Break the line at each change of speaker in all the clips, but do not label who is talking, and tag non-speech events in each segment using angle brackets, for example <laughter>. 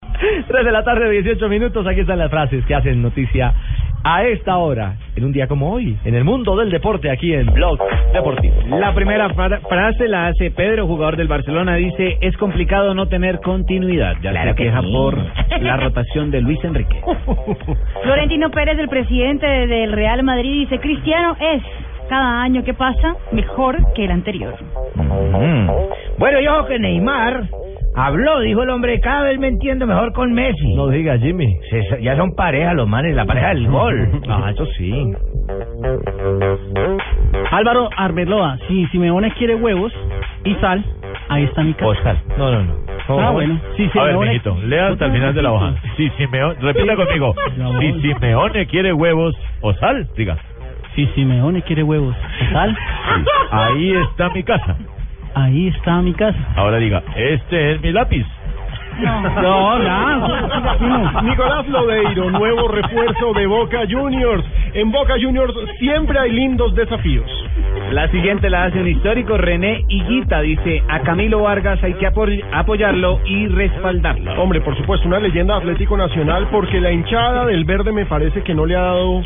<laughs> 3 de la tarde, 18 minutos. Aquí están las frases que hacen noticia a esta hora, en un día como hoy, en el mundo del deporte, aquí en Blog Deportivo.
La primera fra- frase la hace Pedro, jugador del Barcelona, dice, es complicado no tener continuidad. Ya
Claro
se
que
queja
sí.
por la rotación de Luis Enrique.
Florentino Pérez, el presidente del Real Madrid, dice, Cristiano es cada año que pasa mejor que el anterior.
<laughs> Bueno, yo que Neymar habló, dijo el hombre, cada vez me entiendo mejor con Messi.
No digas, Jimmy.
Se- ya son pareja los manes, la pareja del gol.
<laughs> Ah, eso sí.
Álvaro Arbeloa, si Simeone quiere huevos y sal, ahí está mi casa.
Pues.
Oscar.
No, no, no.
Ah, bueno. Si
Oh, A ver,
Simeone-
mijito, lea hasta el final de la hoja. Si Simeone, repita conmigo. Si Simeone quiere huevos o sal, diga.
Si Simeone quiere huevos y sal,
Ahí está mi casa.
ahí está mi casa.
Ahora diga, este es mi lápiz.
No, no.
<laughs> Nicolás Lodeiro, nuevo refuerzo de Boca Juniors. En Boca Juniors siempre hay lindos desafíos.
La siguiente la hace un histórico, René Higuita, dice, a Camilo Vargas hay que apo- apoyarlo y respaldarlo.
Hombre, por supuesto, una leyenda de Atlético Nacional porque la hinchada del verde me parece que no le ha dado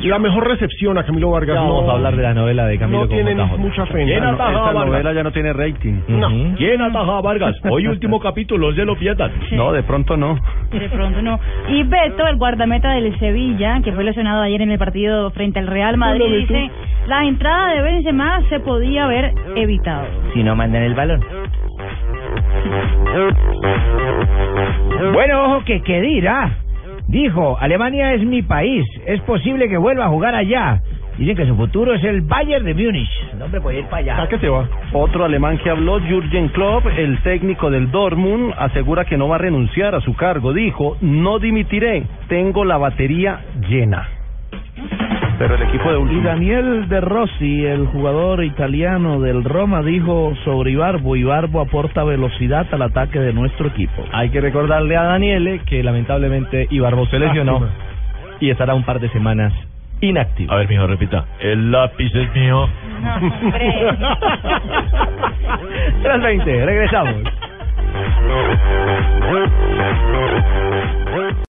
la mejor recepción a Camilo Vargas.
Ya vamos
no,
a hablar de la novela de Camilo
no
con
tienen
JJ.
mucha fe. en
¿Quién
la-
atajó a
esta novela.
Vargas?
ya no tiene rating.
Ujú.
¿Quién atajó a Vargas? Hoy último capítulo, no se lo pierdan.
No, de pronto no.
De pronto no. Y Beto, el guardameta del Sevilla, que fue lesionado ayer en el partido frente al Real Madrid, dice, la entrada de Benzema se podía haber
<laughs>
evitado.
Si no mandan el balón. Bueno, ojo que qué dirá. Dijo, Alemania es mi país, es posible que vuelva a jugar allá. Dicen que su futuro es el Bayern de Múnich. No me puede ir para
Ah,
allá.
¿A qué se va?
Otro alemán que habló, Jürgen Klopp, el técnico del Dortmund, asegura que no va a renunciar a su cargo. Dijo, no dimitiré, tengo la batería llena. Pero el equipo de
Y Daniel De Rossi, el jugador italiano del Roma, dijo sobre Ibarbo, Ibarbo aporta velocidad al ataque de nuestro equipo.
Hay que recordarle a Daniele que lamentablemente Ibarbo se lesionó y estará un par de semanas inactivo. <laughs>
A ver, mijo, repita. El lápiz es mío.
No, hombre.
3.20, regresamos.